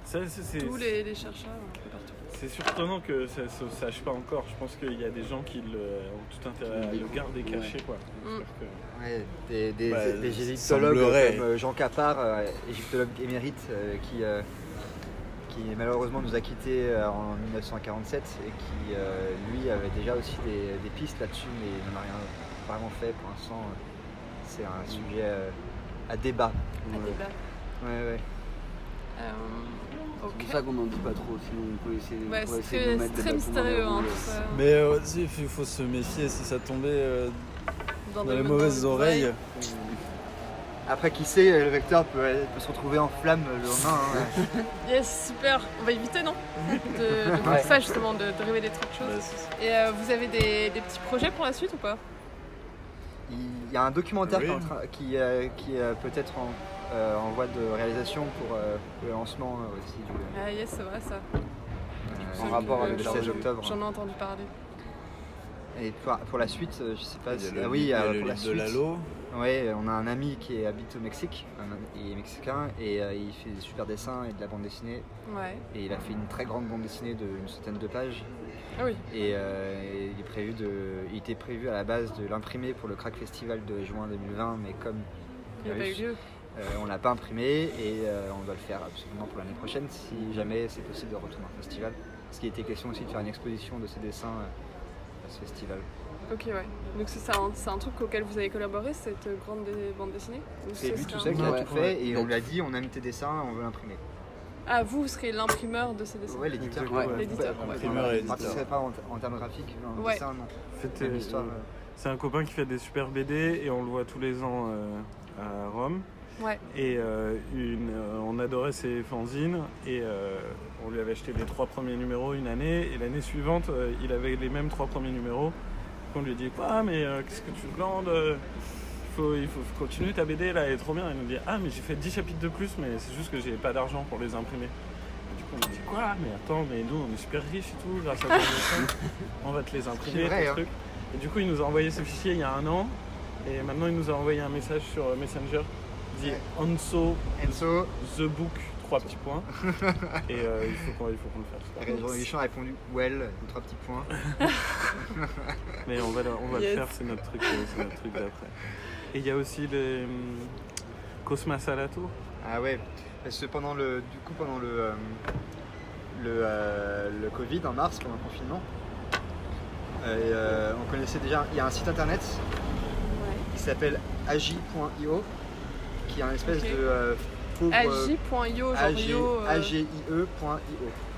[SPEAKER 1] Ça, c'est- c'est-
[SPEAKER 2] Tous les, les chercheurs, un peu partout.
[SPEAKER 1] C'est surprenant que ça se sache pas encore. Je pense qu'il y a des gens qui le- ont tout intérêt à le garder caché. Quoi.
[SPEAKER 2] Mm.
[SPEAKER 1] C'est-à-dire que-
[SPEAKER 4] Ouais, des, des,
[SPEAKER 6] Bah,
[SPEAKER 4] des égyptologues
[SPEAKER 6] semblerait.
[SPEAKER 4] comme euh, Jean Capard, euh, égyptologue émérite, euh, qui, euh, qui malheureusement nous a quittés euh, en 1947 et qui, euh, lui, avait déjà aussi des, des pistes là-dessus, mais il n'en a rien vraiment fait pour l'instant. euh, C'est un sujet euh, à débat.
[SPEAKER 2] À débat.
[SPEAKER 4] Ouais, ouais.
[SPEAKER 2] Euh,
[SPEAKER 3] C'est
[SPEAKER 2] ok.
[SPEAKER 3] pour ça qu'on n'en dit pas trop, sinon on peut essayer,
[SPEAKER 2] Ouais,
[SPEAKER 3] on
[SPEAKER 2] c'est
[SPEAKER 3] pourrait essayer
[SPEAKER 2] très,
[SPEAKER 3] de
[SPEAKER 2] c'est
[SPEAKER 3] mettre des
[SPEAKER 2] très
[SPEAKER 3] bâtons dans les
[SPEAKER 2] mystérieux, hein,
[SPEAKER 3] roues,
[SPEAKER 2] tout
[SPEAKER 3] euh,
[SPEAKER 2] ça.
[SPEAKER 6] Mais euh, il faut- faut se méfier si ça tombait euh, dans,
[SPEAKER 2] des
[SPEAKER 6] les
[SPEAKER 2] bonnes
[SPEAKER 6] mauvaises oreilles.
[SPEAKER 4] Après, qui sait, euh, le vecteur peut, peut se retrouver en flamme le lendemain. hein.
[SPEAKER 2] Yes, super. On va éviter, non De, de
[SPEAKER 4] Ouais.
[SPEAKER 2] ça, justement, de, de rêver des trucs choses.
[SPEAKER 6] Bah, c'est-
[SPEAKER 2] Et euh, vous avez des, des petits projets pour la suite ou pas
[SPEAKER 4] Il y a un documentaire
[SPEAKER 6] Oui.
[SPEAKER 4] qui est en train- qui, euh, qui est peut-être en, euh, en voie de réalisation pour euh, le lancement euh, aussi du.
[SPEAKER 2] Ah yes, c'est vrai ça.
[SPEAKER 4] Euh,
[SPEAKER 3] En rapport avec
[SPEAKER 4] le
[SPEAKER 3] la
[SPEAKER 4] 16
[SPEAKER 3] revue.
[SPEAKER 4] octobre.
[SPEAKER 2] J'en ai entendu parler.
[SPEAKER 4] Et pour, pour la suite, euh, je sais pas.
[SPEAKER 6] il y a
[SPEAKER 4] si-
[SPEAKER 6] le
[SPEAKER 4] ah oui,
[SPEAKER 6] livre- il y a
[SPEAKER 4] euh,
[SPEAKER 6] le
[SPEAKER 4] pour la
[SPEAKER 6] livre de
[SPEAKER 4] suite.
[SPEAKER 6] Lalo.
[SPEAKER 4] Ouais, euh, on a un ami qui est- habite au Mexique. un- Il est mexicain et euh, il fait des super dessins et de la bande dessinée.
[SPEAKER 2] Ouais.
[SPEAKER 4] Et il a fait une très grande bande dessinée d'une centaine de pages.
[SPEAKER 2] Ah oui.
[SPEAKER 4] Et euh, il, est prévu de, il était prévu à la base de l'imprimer pour le Crack Festival de juin 2020, mais comme
[SPEAKER 2] Il n'y a pas eu lieu.
[SPEAKER 4] euh, on l'a pas imprimé et euh, on doit le faire absolument pour l'année prochaine si jamais c'est possible de retourner au festival. Parce qu'il était question aussi de faire une exposition de ses dessins euh, à ce festival.
[SPEAKER 2] Ok, ouais. Donc c'est ça, hein, c'est un truc auquel vous avez collaboré, cette euh, grande dé- bande dessinée Ou ce
[SPEAKER 4] C'est lui
[SPEAKER 2] serait
[SPEAKER 4] tout
[SPEAKER 2] un-
[SPEAKER 4] seul qui a
[SPEAKER 3] Ouais,
[SPEAKER 4] tout
[SPEAKER 3] ouais.
[SPEAKER 4] fait et on lui a dit on aime tes dessins, on veut l'imprimer.
[SPEAKER 2] Ah, vous, vous serez l'imprimeur de ces dessins
[SPEAKER 4] Ouais, l'éditeur. euh,
[SPEAKER 3] Ouais,
[SPEAKER 4] Ouais,
[SPEAKER 2] l'éditeur,
[SPEAKER 4] on-
[SPEAKER 2] ouais.
[SPEAKER 6] Imprimeur et
[SPEAKER 4] On ne
[SPEAKER 6] éditeur.
[SPEAKER 4] participerait pas en, en termes graphiques, mais en
[SPEAKER 2] Ouais.
[SPEAKER 4] dessin, non.
[SPEAKER 1] C'était-
[SPEAKER 4] Même histoire. euh,
[SPEAKER 1] C'est un copain qui fait des super BD et on le voit tous les ans euh, à Rome.
[SPEAKER 2] Ouais.
[SPEAKER 1] Et euh, une, euh, on adorait ses fanzines et euh, on lui avait acheté les trois premiers numéros une année et l'année suivante euh, il avait les mêmes trois premiers numéros. On lui dit quoi mais euh, qu'est-ce que tu glandes euh, il faut, il faut continuer ta BD là, elle est trop bien. Il nous dit Ah, mais j'ai fait 10 chapitres de plus, mais c'est juste que j'ai pas d'argent pour les imprimer. Et du coup, on lui dit Quoi Mais attends, mais nous on est super riches et tout, grâce à ton dessin, on va te les imprimer,
[SPEAKER 4] C'est vrai,
[SPEAKER 1] ton
[SPEAKER 4] hein.
[SPEAKER 1] truc. Et du coup, il nous a envoyé ce fichier il y a un an, et maintenant il nous a envoyé un message sur euh, Messenger dit
[SPEAKER 4] Ouais.
[SPEAKER 1] Anso
[SPEAKER 4] Enzo,
[SPEAKER 1] The Book, trois petits points. et euh, il faut qu'on il faut qu'on le fasse.
[SPEAKER 4] Jean Guichon a répondu Well, trois petits points.
[SPEAKER 1] Mais on va, le- on va
[SPEAKER 2] Yes.
[SPEAKER 1] le faire, c'est notre truc, euh, c'est notre truc d'après. Et il y a aussi les hum, Cosmas à la tour.
[SPEAKER 4] Ah ouais, parce que pendant le, du coup pendant le, euh, le, euh, le Covid en mars, pendant le confinement, euh, et, euh, on connaissait déjà, il y a un site internet qui s'appelle agi.io, qui est un espèce
[SPEAKER 2] Ok.
[SPEAKER 4] de euh, pauvre...
[SPEAKER 2] AJ.io, genre
[SPEAKER 4] AG, E
[SPEAKER 2] io, euh,
[SPEAKER 4] AGIE.io.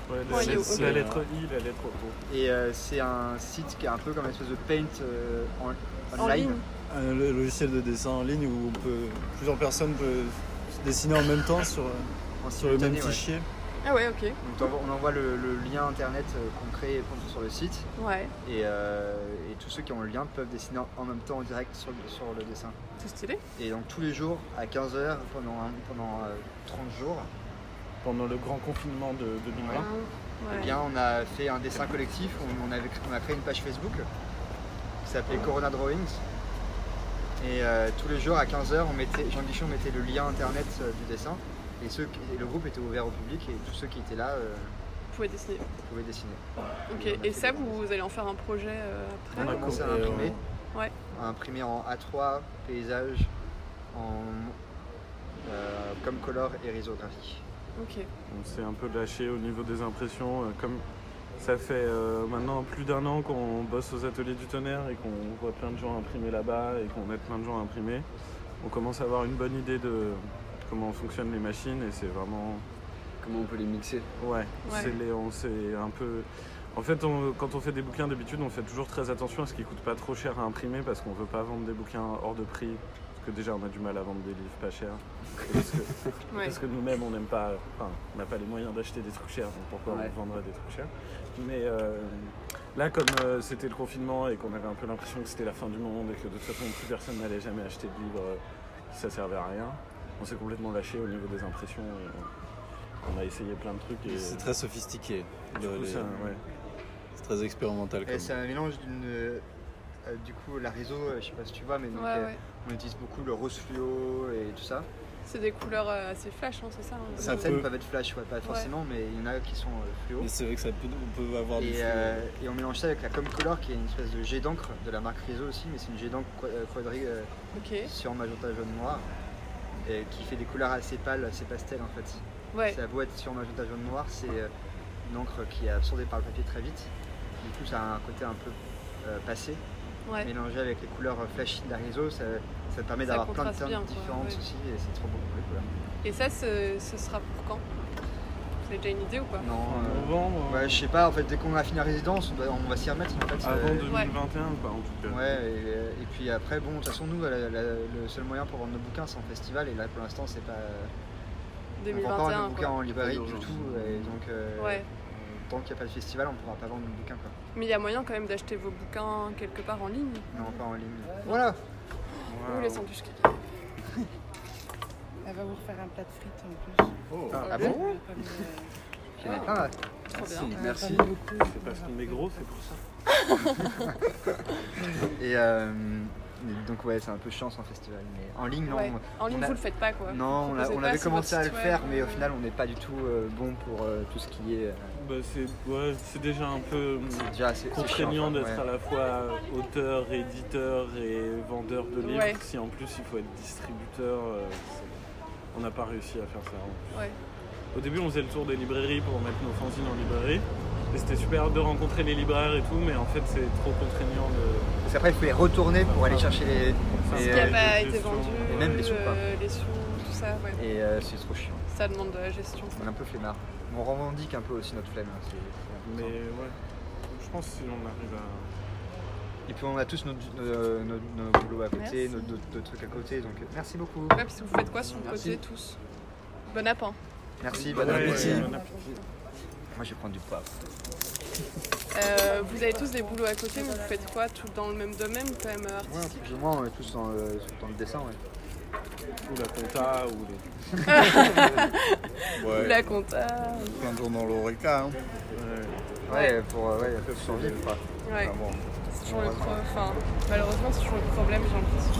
[SPEAKER 1] Ouais, la,
[SPEAKER 2] Ouais, il est
[SPEAKER 1] lettre-
[SPEAKER 2] ok.
[SPEAKER 1] la lettre I, la lettre O.
[SPEAKER 4] Et euh, c'est un site qui est un peu comme une espèce de paint euh, en,
[SPEAKER 2] En
[SPEAKER 4] live.
[SPEAKER 2] ligne.
[SPEAKER 6] Un lo- logiciel de dessin en ligne où on peut, plusieurs personnes peuvent se dessiner en même temps sur,
[SPEAKER 4] en
[SPEAKER 6] sur le même
[SPEAKER 4] simultané, ouais.
[SPEAKER 6] fichier.
[SPEAKER 2] Ah ouais, ok.
[SPEAKER 4] Donc, t'envoies- on envoie le, le lien internet euh, qu'on crée et qu'on trouve sur le site.
[SPEAKER 2] Ouais,
[SPEAKER 4] Et, euh, et tous ceux qui ont le lien peuvent dessiner en- en même temps en direct sur, le- sur le dessin.
[SPEAKER 2] c'est stylé.
[SPEAKER 4] Et donc tous les jours à 15h pendant, un- pendant euh, 30 jours,
[SPEAKER 1] Pendant le grand confinement de 2020.
[SPEAKER 4] eh
[SPEAKER 2] Hein, Ouais.
[SPEAKER 4] bien, on a fait un dessin collectif, on, on avait- on a créé une page Facebook qui s'appelait Corona Drawings. Et euh, tous les jours à 15h, Jean Guichon mettait le lien internet euh, du dessin. Et, ceux qui- et le groupe était ouvert au public et tous ceux qui étaient là euh,
[SPEAKER 2] Vous pouvez dessiner.
[SPEAKER 4] pouvaient dessiner.
[SPEAKER 2] Ok,
[SPEAKER 4] Et on a
[SPEAKER 2] et
[SPEAKER 4] fait
[SPEAKER 2] ça,
[SPEAKER 4] des
[SPEAKER 2] vous, vous allez en faire un projet euh,
[SPEAKER 4] On
[SPEAKER 2] après
[SPEAKER 4] a
[SPEAKER 1] Ah,
[SPEAKER 4] commencé à
[SPEAKER 6] cool. Et
[SPEAKER 4] l'imprimer.
[SPEAKER 2] on- Ouais.
[SPEAKER 4] À imprimer en A3, paysage, en euh, comme color et risographie.
[SPEAKER 2] Ok.
[SPEAKER 1] On s'est un peu lâché au niveau des impressions. euh, Comme ça fait euh, maintenant plus d'un an qu'on bosse aux ateliers du tonnerre et qu'on voit plein de gens imprimer là-bas et qu'on aide plein de gens à imprimer, on commence à avoir une bonne idée de comment fonctionnent les machines et c'est vraiment.
[SPEAKER 3] Comment on peut les mixer
[SPEAKER 1] Ouais, c'est les- on s'est un peu. En fait, on- quand on fait des bouquins d'habitude, on fait toujours très attention à ce qui coûte pas trop cher à imprimer parce qu'on veut pas vendre des bouquins hors de prix. Parce que déjà, on a du mal à vendre des livres pas chers. Et Parce que,
[SPEAKER 2] Ouais.
[SPEAKER 1] parce que nous-mêmes, on n'aime pas, enfin, on n'a pas les moyens d'acheter des trucs chers, donc pourquoi
[SPEAKER 3] Ouais.
[SPEAKER 1] on vendrait des trucs chers Mais euh, là, comme euh, c'était le confinement et qu'on avait un peu l'impression que c'était la fin du monde et que de toute façon plus personne n'allait jamais acheter de livres, euh, que ça servait à rien, on s'est complètement lâché au niveau des impressions. et on- on a essayé plein de trucs et
[SPEAKER 6] C'est très sophistiqué.
[SPEAKER 1] du
[SPEAKER 6] Le-
[SPEAKER 1] coup,
[SPEAKER 6] les-
[SPEAKER 1] ça, ouais.
[SPEAKER 6] C'est très expérimental.
[SPEAKER 4] Et
[SPEAKER 6] comme-
[SPEAKER 4] c'est un mélange d'une. euh, euh, du coup, la réseau, euh, je sais pas si tu vois, mais donc,
[SPEAKER 2] Ouais,
[SPEAKER 4] euh,
[SPEAKER 2] ouais.
[SPEAKER 4] on utilise beaucoup le rose fluo et tout ça.
[SPEAKER 2] C'est des couleurs euh, assez flash, hein, c'est ça hein,
[SPEAKER 6] Ça
[SPEAKER 2] le-
[SPEAKER 6] fait-
[SPEAKER 4] Certaines
[SPEAKER 6] peut-
[SPEAKER 4] peuvent être flash, ouais, pas forcément, mais il y en a qui sont euh, fluo.
[SPEAKER 6] Mais c'est vrai que ça peut, on peut avoir du
[SPEAKER 4] Et,
[SPEAKER 6] flou.
[SPEAKER 4] euh, et on mélange ça avec la Comcolor qui est une espèce de jet d'encre de la marque Riso aussi, mais c'est une jet d'encre qua- euh, quadrille euh,
[SPEAKER 2] Ok.
[SPEAKER 4] sur magenta jaune noir et qui fait des couleurs assez pâles, assez pastel en fait.
[SPEAKER 2] Ouais.
[SPEAKER 4] Ça a beau être sur magenta jaune noir, c'est euh, une encre qui est absorbée par le papier très vite. Du coup, ça a un côté un peu euh, passé.
[SPEAKER 2] Ouais.
[SPEAKER 4] Mélangé avec les couleurs euh, flashy de la Riso, ça, ça te permet
[SPEAKER 2] Ça
[SPEAKER 4] d'avoir plein de
[SPEAKER 2] contraste
[SPEAKER 4] teintes
[SPEAKER 2] bien, quoi,
[SPEAKER 4] différentes
[SPEAKER 2] ouais.
[SPEAKER 4] aussi et c'est trop beau pour les couleurs.
[SPEAKER 2] Et ça, ce, ce sera pour quand Vous avez déjà une idée ou pas
[SPEAKER 1] En
[SPEAKER 4] Non, euh,
[SPEAKER 1] novembre,
[SPEAKER 4] ouais, je sais pas, en fait, dès qu'on a fini la résidence, on, doit- on va s'y remettre en fait.
[SPEAKER 1] avant
[SPEAKER 4] euh,
[SPEAKER 1] 2021, quoi, en tout cas.
[SPEAKER 4] Ouais, et, euh, et puis après, bon, de toute façon, nous, la- la- le seul moyen pour vendre nos bouquins, c'est en festival, et là, pour l'instant, c'est pas. on vend pas nos
[SPEAKER 2] 2021,
[SPEAKER 4] bouquins
[SPEAKER 2] quoi.
[SPEAKER 4] en librairie
[SPEAKER 3] Pas
[SPEAKER 4] du
[SPEAKER 3] d'urgence.
[SPEAKER 4] tout, et donc, euh,
[SPEAKER 2] Ouais.
[SPEAKER 4] tant qu'il n'y a pas de festival, on pourra pas vendre nos bouquins, quoi.
[SPEAKER 2] Mais il y a moyen quand même d'acheter vos bouquins quelque part en ligne.
[SPEAKER 4] Non, pas en ligne. Voilà
[SPEAKER 2] Ou
[SPEAKER 4] Ah,
[SPEAKER 1] Wow.
[SPEAKER 2] les sandwichs qui-
[SPEAKER 5] Elle va vous refaire un plat de frites en plus. euh,
[SPEAKER 6] Oh.
[SPEAKER 1] Ah,
[SPEAKER 3] Ah bon
[SPEAKER 5] Elle va pas me-
[SPEAKER 3] Il y en a
[SPEAKER 2] Ah,
[SPEAKER 3] plein.
[SPEAKER 4] Ah,
[SPEAKER 2] Trop bien.
[SPEAKER 5] elle va
[SPEAKER 3] Merci.
[SPEAKER 5] pas me beaucoup.
[SPEAKER 1] C'est parce qu'on est gros, c'est pour ça.
[SPEAKER 4] et euh, et donc, ouais, c'est un peu chance en festival, mais en ligne, non.
[SPEAKER 2] Ouais. En ligne,
[SPEAKER 4] On a-
[SPEAKER 2] vous le faites pas quoi.
[SPEAKER 4] Non,
[SPEAKER 2] Vous
[SPEAKER 4] on, a-
[SPEAKER 2] proposez
[SPEAKER 4] on
[SPEAKER 2] pas
[SPEAKER 4] avait
[SPEAKER 2] sur
[SPEAKER 4] commencé
[SPEAKER 2] votre
[SPEAKER 4] à le
[SPEAKER 2] site
[SPEAKER 4] faire,
[SPEAKER 2] web,
[SPEAKER 4] mais au
[SPEAKER 2] euh,
[SPEAKER 4] final, on n'est pas du tout euh, bon pour euh, tout ce qui est. euh,
[SPEAKER 1] Bah, c'est ouais, c'est déjà un peu hum,
[SPEAKER 4] c'est déjà assez c'est chiant,
[SPEAKER 1] contraignant
[SPEAKER 4] quoi,
[SPEAKER 1] d'être
[SPEAKER 4] ouais.
[SPEAKER 1] à la fois euh, auteur, éditeur et vendeur de livres.
[SPEAKER 2] Ouais.
[SPEAKER 1] Si en plus il faut être distributeur, euh, c'est- on n'a pas réussi à faire ça. en plus.
[SPEAKER 2] Ouais.
[SPEAKER 1] Au début, on faisait le tour des librairies pour mettre nos fanzines en librairie. Et c'était super de rencontrer les libraires et tout, mais en fait, c'est trop contraignant de.
[SPEAKER 4] Parce qu'après, il faut les retourner pour
[SPEAKER 1] Ah.
[SPEAKER 4] aller chercher les.
[SPEAKER 1] Enfin,
[SPEAKER 4] Et,
[SPEAKER 2] Ce qui
[SPEAKER 4] euh,
[SPEAKER 2] n'a pas
[SPEAKER 1] de
[SPEAKER 2] été
[SPEAKER 1] gestion.
[SPEAKER 2] vendu.
[SPEAKER 4] Et même les sous, quoi.
[SPEAKER 2] euh, les sous, tout ça, ouais.
[SPEAKER 4] Et euh, c'est trop chiant.
[SPEAKER 2] Ça demande de la gestion.
[SPEAKER 4] On est un peu flemmard. On revendique un peu aussi notre flemme. hein, c'est- c'est
[SPEAKER 1] Mais
[SPEAKER 4] important.
[SPEAKER 1] ouais, je pense que si on arrive à.
[SPEAKER 4] Et puis on a tous nos, nos, nos- nos boulots à côté,
[SPEAKER 5] Merci.
[SPEAKER 4] nos, nos- nos trucs à côté. Donc euh, merci beaucoup.
[SPEAKER 2] Ouais, parce que vous faites quoi sur le
[SPEAKER 4] Merci.
[SPEAKER 2] côté tous Bon appétit.
[SPEAKER 4] Merci, bon
[SPEAKER 1] Ouais,
[SPEAKER 4] appétit.
[SPEAKER 1] ouais, ouais.
[SPEAKER 4] Moi je vais prendre du poivre.
[SPEAKER 2] Euh, vous avez tous des boulots à côté, mais vous faites quoi Tout dans le même domaine, quand même euh,
[SPEAKER 4] Ouais,
[SPEAKER 2] artistique
[SPEAKER 4] plus ou moins, on est tous dans le, dans le dessin. Ouais.
[SPEAKER 1] Ou la compta, ou les.
[SPEAKER 2] Ou
[SPEAKER 6] Ouais.
[SPEAKER 2] La compta. euh,
[SPEAKER 6] Plein de jours dans l'Oreca. hein.
[SPEAKER 4] Ouais, pour euh, ouais, il y a plus envie. Quoi.
[SPEAKER 2] Ouais,
[SPEAKER 4] Enfin, bon.
[SPEAKER 2] c'est toujours le pro- enfin, malheureusement, c'est toujours le problème, j'ai l'impression.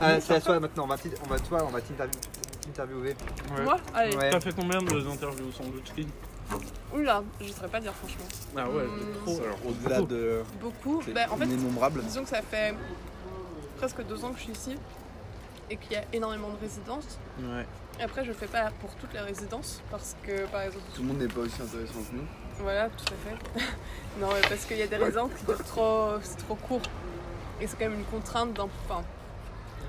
[SPEAKER 4] Ah, c'est à toi maintenant. On va, t'in- on va toi, on va t'interview- t'interviewer.
[SPEAKER 1] Ouais.
[SPEAKER 2] Moi Allez.
[SPEAKER 4] Ouais.
[SPEAKER 1] T'as fait combien de interviews sans doute
[SPEAKER 2] Oula, je saurais pas dire franchement.
[SPEAKER 1] Ah ouais,
[SPEAKER 2] Hmm.
[SPEAKER 1] de trop.
[SPEAKER 6] Alors, Au-delà de.
[SPEAKER 2] Beaucoup.
[SPEAKER 6] C'est
[SPEAKER 2] Bah, en fait,
[SPEAKER 6] innombrable.
[SPEAKER 2] Disons que ça fait presque deux ans que je suis ici et qu'il y a énormément de résidences.
[SPEAKER 1] Ouais.
[SPEAKER 2] Après, je le fais pas pour toutes les résidences parce que, par exemple,
[SPEAKER 3] Tout le monde n'est pas aussi intéressant que nous.
[SPEAKER 2] voilà, tout à fait. non, mais parce qu'il y a des résidences qui durent trop, c'est trop court. Et c'est quand même une contrainte d'un, enfin,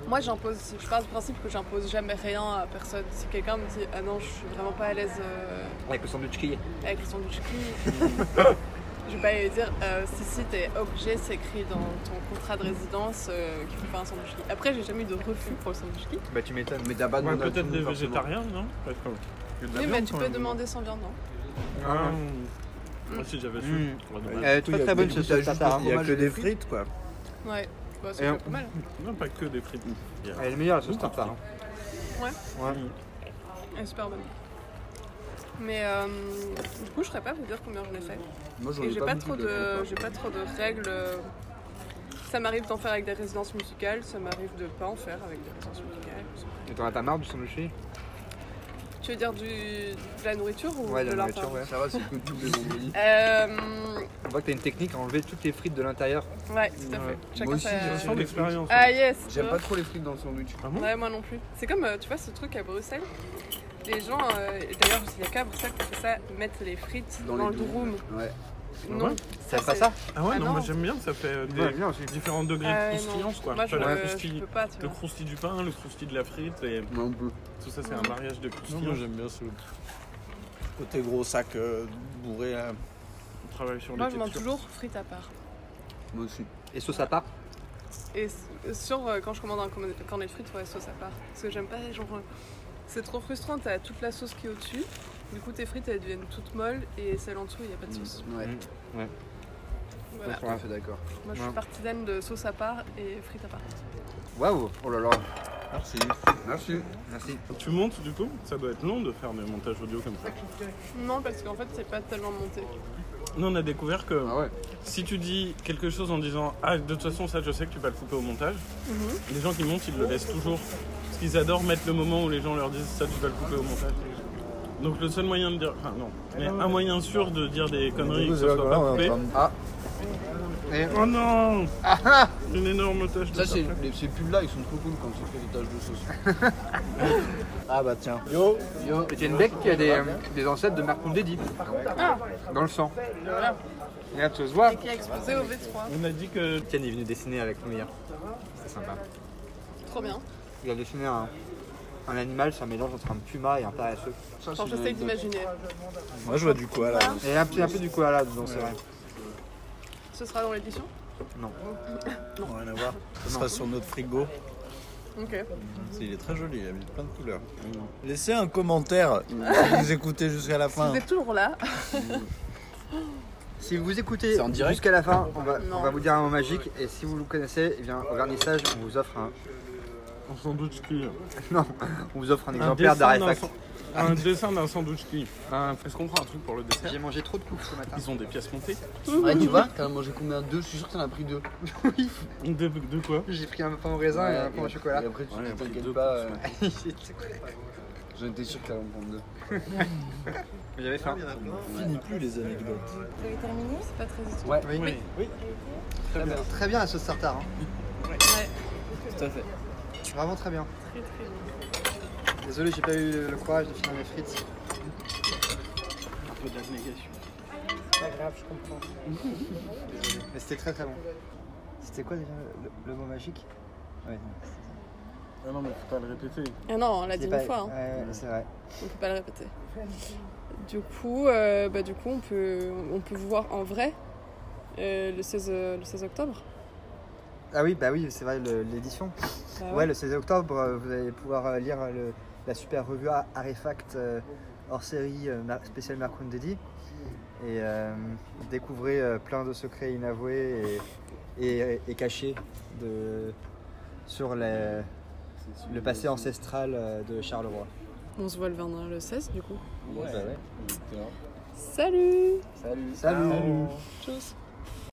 [SPEAKER 2] Moi, j'impose, je pars du principe que j'impose jamais rien à personne. Si quelqu'un me dit Ah non, je suis vraiment pas à l'aise euh,
[SPEAKER 7] Avec le sandwich qui est.
[SPEAKER 2] avec le sandwich qui. je vais pas lui dire Euh, Si, si, t'es obligé, c'est écrit dans ton contrat de résidence euh, qu'il faut faire un sandwich qui. Après, j'ai jamais eu de refus pour le sandwich qui.
[SPEAKER 4] Bah tu m'étonnes.
[SPEAKER 3] Mais d'abord,
[SPEAKER 1] Ouais,
[SPEAKER 3] on a tout,
[SPEAKER 1] Peut-être des
[SPEAKER 3] forcément.
[SPEAKER 1] végétariens, non Pas trop.
[SPEAKER 2] Oui, mais tu peux demander sans viande, hein. non
[SPEAKER 1] Ah,
[SPEAKER 2] Mm.
[SPEAKER 1] Moi aussi j'avais faim.
[SPEAKER 4] Mm.
[SPEAKER 1] Ouais, dommage.
[SPEAKER 4] Euh, très très bonne sauce hein. tartare.
[SPEAKER 6] Il n'y a que des frites, quoi.
[SPEAKER 2] Ouais, bah,
[SPEAKER 4] Et
[SPEAKER 2] c'est
[SPEAKER 4] on-
[SPEAKER 2] pas mal.
[SPEAKER 1] Non, pas que des frites.
[SPEAKER 4] Elle est meilleure la sauce tartare.
[SPEAKER 2] Elle est super bonne. Mais euh, du coup, je saurais pas vous dire combien j'en ai fait.
[SPEAKER 3] Moi, j'en
[SPEAKER 2] Et
[SPEAKER 3] ai
[SPEAKER 2] j'ai pas,
[SPEAKER 3] beaucoup
[SPEAKER 2] trop
[SPEAKER 3] de-
[SPEAKER 2] de, j'ai pas trop de règles. euh. Ça m'arrive d'en faire avec des résidences musicales, ça m'arrive de pas en faire avec des résidences musicales.
[SPEAKER 4] Et t'en as pas marre du sandwich
[SPEAKER 2] Tu veux dire du, de la nourriture ou
[SPEAKER 4] Ouais,
[SPEAKER 2] de
[SPEAKER 4] la nourriture,
[SPEAKER 2] l'intérieur
[SPEAKER 4] ouais.
[SPEAKER 3] Ça va, c'est que tous les envoyer.
[SPEAKER 2] Euh,
[SPEAKER 4] On voit que t'as une technique à enlever toutes les frites de l'intérieur.
[SPEAKER 2] Ouais, tout à fait. Chacun
[SPEAKER 3] Moi aussi,
[SPEAKER 2] sa-
[SPEAKER 3] j'ai
[SPEAKER 1] Sans
[SPEAKER 3] des
[SPEAKER 1] l'expérience.
[SPEAKER 2] Ah yes
[SPEAKER 3] J'aime
[SPEAKER 2] oh.
[SPEAKER 3] pas trop les frites dans le sandwich.
[SPEAKER 1] Ah bon
[SPEAKER 2] Ouais, moi non plus. C'est comme, euh, tu vois, ce truc à Bruxelles. Les gens, euh, et d'ailleurs, il n'y a qu'à Bruxelles qui fait ça, mettre les frites dans,
[SPEAKER 3] Dans les
[SPEAKER 2] le durum.
[SPEAKER 3] Ouais.
[SPEAKER 2] Non,
[SPEAKER 1] Ouais.
[SPEAKER 2] ça,
[SPEAKER 4] pas
[SPEAKER 2] c'est-
[SPEAKER 4] ça
[SPEAKER 1] Ah ouais,
[SPEAKER 2] Ah
[SPEAKER 1] non,
[SPEAKER 2] non.
[SPEAKER 1] moi j'aime bien, ça fait euh, des
[SPEAKER 4] Ouais, bien aussi.
[SPEAKER 1] différents degrés
[SPEAKER 2] Ah ouais,
[SPEAKER 1] de
[SPEAKER 2] non.
[SPEAKER 1] croustillance quoi.
[SPEAKER 2] Moi,
[SPEAKER 1] Tu
[SPEAKER 2] je,
[SPEAKER 1] vois, la
[SPEAKER 2] euh, je
[SPEAKER 1] croustille-
[SPEAKER 2] peux pas, tu
[SPEAKER 1] le
[SPEAKER 2] vois.
[SPEAKER 1] croustille du pain, le croustille de la frite, et
[SPEAKER 3] Moi, on peut.
[SPEAKER 1] tout ça c'est
[SPEAKER 2] Mm.
[SPEAKER 1] un mariage de croustilles.
[SPEAKER 6] moi, j'aime bien ce côté gros sac euh, bourré. là.
[SPEAKER 1] On travaille sur
[SPEAKER 2] Moi,
[SPEAKER 1] les
[SPEAKER 2] je mange
[SPEAKER 1] textures.
[SPEAKER 2] toujours frites à part.
[SPEAKER 3] Moi aussi.
[SPEAKER 4] Et sauce à part
[SPEAKER 2] Et s- sur euh, quand je commande un cornet cornet de frites, ouais, sauce à part. Parce que j'aime pas, genre, euh, c'est trop frustrant, t'as toute la sauce qui est au-dessus. Du coup, tes frites elles deviennent toutes molles et celle en dessous, il n'y a pas de sauce.
[SPEAKER 3] Ouais,
[SPEAKER 4] Mm.
[SPEAKER 2] Voilà.
[SPEAKER 3] je suis tout à fait d'accord.
[SPEAKER 2] Moi, je suis
[SPEAKER 4] Ouais.
[SPEAKER 2] partisane de sauce à part et frites à part.
[SPEAKER 4] Waouh Oh là là
[SPEAKER 6] Merci.
[SPEAKER 3] Merci.
[SPEAKER 4] Merci.
[SPEAKER 1] Tu montes du coup Ça doit être long de faire des montages audio comme ça.
[SPEAKER 2] Non, parce qu'en fait, c'est pas tellement monté.
[SPEAKER 1] Nous on a découvert que
[SPEAKER 3] Ah ouais.
[SPEAKER 1] si tu dis quelque chose en disant Ah, de toute façon, ça je sais que tu vas le couper au montage, les gens qui montent ils le laissent toujours. Parce qu'ils adorent mettre le moment où les gens leur disent Ça tu vas le couper au montage. Donc le seul moyen de dire. Enfin, non. Mais un moyen sûr de dire des conneries et que ce soit pas coupé.
[SPEAKER 3] Ah,
[SPEAKER 1] Oh non Une énorme tâche de
[SPEAKER 3] ça, c'est les- ces pubs-là, ils sont trop cool quand tu fais des taches de sauce.
[SPEAKER 6] Ah bah tiens.
[SPEAKER 4] Yo Yo Etienne Beck qui a des, euh, des ancêtres de Mercondédi. Dans le sang. Regarde, tu se vois
[SPEAKER 2] Et qui a explosé au V3.
[SPEAKER 1] On a dit que.
[SPEAKER 4] Etienne est venu dessiner avec nous hier. C'est sympa.
[SPEAKER 2] Trop bien.
[SPEAKER 4] Il a dessiné un, un animal, c'est un mélange entre un puma et un paresseux.
[SPEAKER 3] Ça,
[SPEAKER 2] Enfin,
[SPEAKER 3] c'est
[SPEAKER 2] j'essaye
[SPEAKER 3] une anecdote.
[SPEAKER 2] d'imaginer.
[SPEAKER 6] Moi, je vois du hein. quoi là.
[SPEAKER 4] Et un petit, un peu du koala dedans, c'est vrai.
[SPEAKER 2] Ce sera dans l'édition
[SPEAKER 6] Rien à voir. Ce sera sur notre frigo.
[SPEAKER 2] Ok.
[SPEAKER 6] Il est très joli, il a mis plein de couleurs. Laissez un commentaire si vous écoutez jusqu'à la fin.
[SPEAKER 2] Vous êtes toujours là.
[SPEAKER 4] Si vous écoutez
[SPEAKER 6] C'est en direct
[SPEAKER 4] jusqu'à la fin, on va,
[SPEAKER 2] Non.
[SPEAKER 4] on va vous dire un mot magique. Et si vous le connaissez, eh bien, au vernissage, on vous offre un,
[SPEAKER 1] Un sandwich qui.
[SPEAKER 4] on vous offre un exemplaire d'artefact.
[SPEAKER 1] Un dessin d'un sandwich qui. Un- Est-ce qu'on prend un truc pour le dessert
[SPEAKER 4] J'ai mangé trop de coups ce matin.
[SPEAKER 1] Ils ont des pièces montées.
[SPEAKER 2] Mmh.
[SPEAKER 3] Ouais, tu vois, t'en as mangé combien Deux Je suis sûr que t'en as pris deux.
[SPEAKER 1] De, de quoi
[SPEAKER 4] J'ai pris un pain au raisin et un pain au chocolat.
[SPEAKER 3] Et après, tu
[SPEAKER 1] Ouais,
[SPEAKER 3] tu
[SPEAKER 1] on a pris
[SPEAKER 3] t'inquiètes
[SPEAKER 1] deux
[SPEAKER 3] pas.
[SPEAKER 1] pour
[SPEAKER 3] euh, J'en étais sûr que t'allais en prendre deux.
[SPEAKER 4] J'avais faim.
[SPEAKER 6] On finit plus les anecdotes.
[SPEAKER 5] Vous avez terminé
[SPEAKER 2] C'est pas très utile.
[SPEAKER 3] Ouais,
[SPEAKER 4] Oui.
[SPEAKER 3] très bien.
[SPEAKER 4] Très bien la sauce tartare. hein.
[SPEAKER 2] Ouais.
[SPEAKER 6] Tout à fait.
[SPEAKER 4] Vraiment très bien.
[SPEAKER 2] Très, très bien.
[SPEAKER 4] Désolé, j'ai pas eu le courage de finir mes frites.
[SPEAKER 1] Un peu d'abnégation.
[SPEAKER 4] Pas grave, je comprends. Désolé. Mais c'était très très bon. C'était quoi déjà le, le mot magique Ouais,
[SPEAKER 1] Ah non, mais faut pas le répéter.
[SPEAKER 2] Ah non, on l'a
[SPEAKER 4] c'est
[SPEAKER 2] dit une
[SPEAKER 4] pas-
[SPEAKER 2] fois. hein.
[SPEAKER 4] ouais, ouais, c'est vrai.
[SPEAKER 2] On peut pas le répéter. Du coup, euh, bah, du coup on, peut, on peut vous voir en vrai euh, le, 16, euh, le 16 octobre.
[SPEAKER 4] Ah oui, bah oui, c'est vrai, le- l'édition.
[SPEAKER 2] Bah
[SPEAKER 4] ouais. le 16 octobre, euh, vous allez pouvoir euh, lire euh, le- la super revue A- Artefact euh, hors série euh, mar- spéciale Marcundedi et euh, découvrez euh, plein de secrets inavoués et, et- et cachés de, sur la- le passé ancestral euh, de Charleroi.
[SPEAKER 2] On se voit le 21, le 16 du coup.
[SPEAKER 3] Ouais, bah ouais.
[SPEAKER 2] Salut
[SPEAKER 3] Salut.
[SPEAKER 4] Salut.
[SPEAKER 2] Tchuss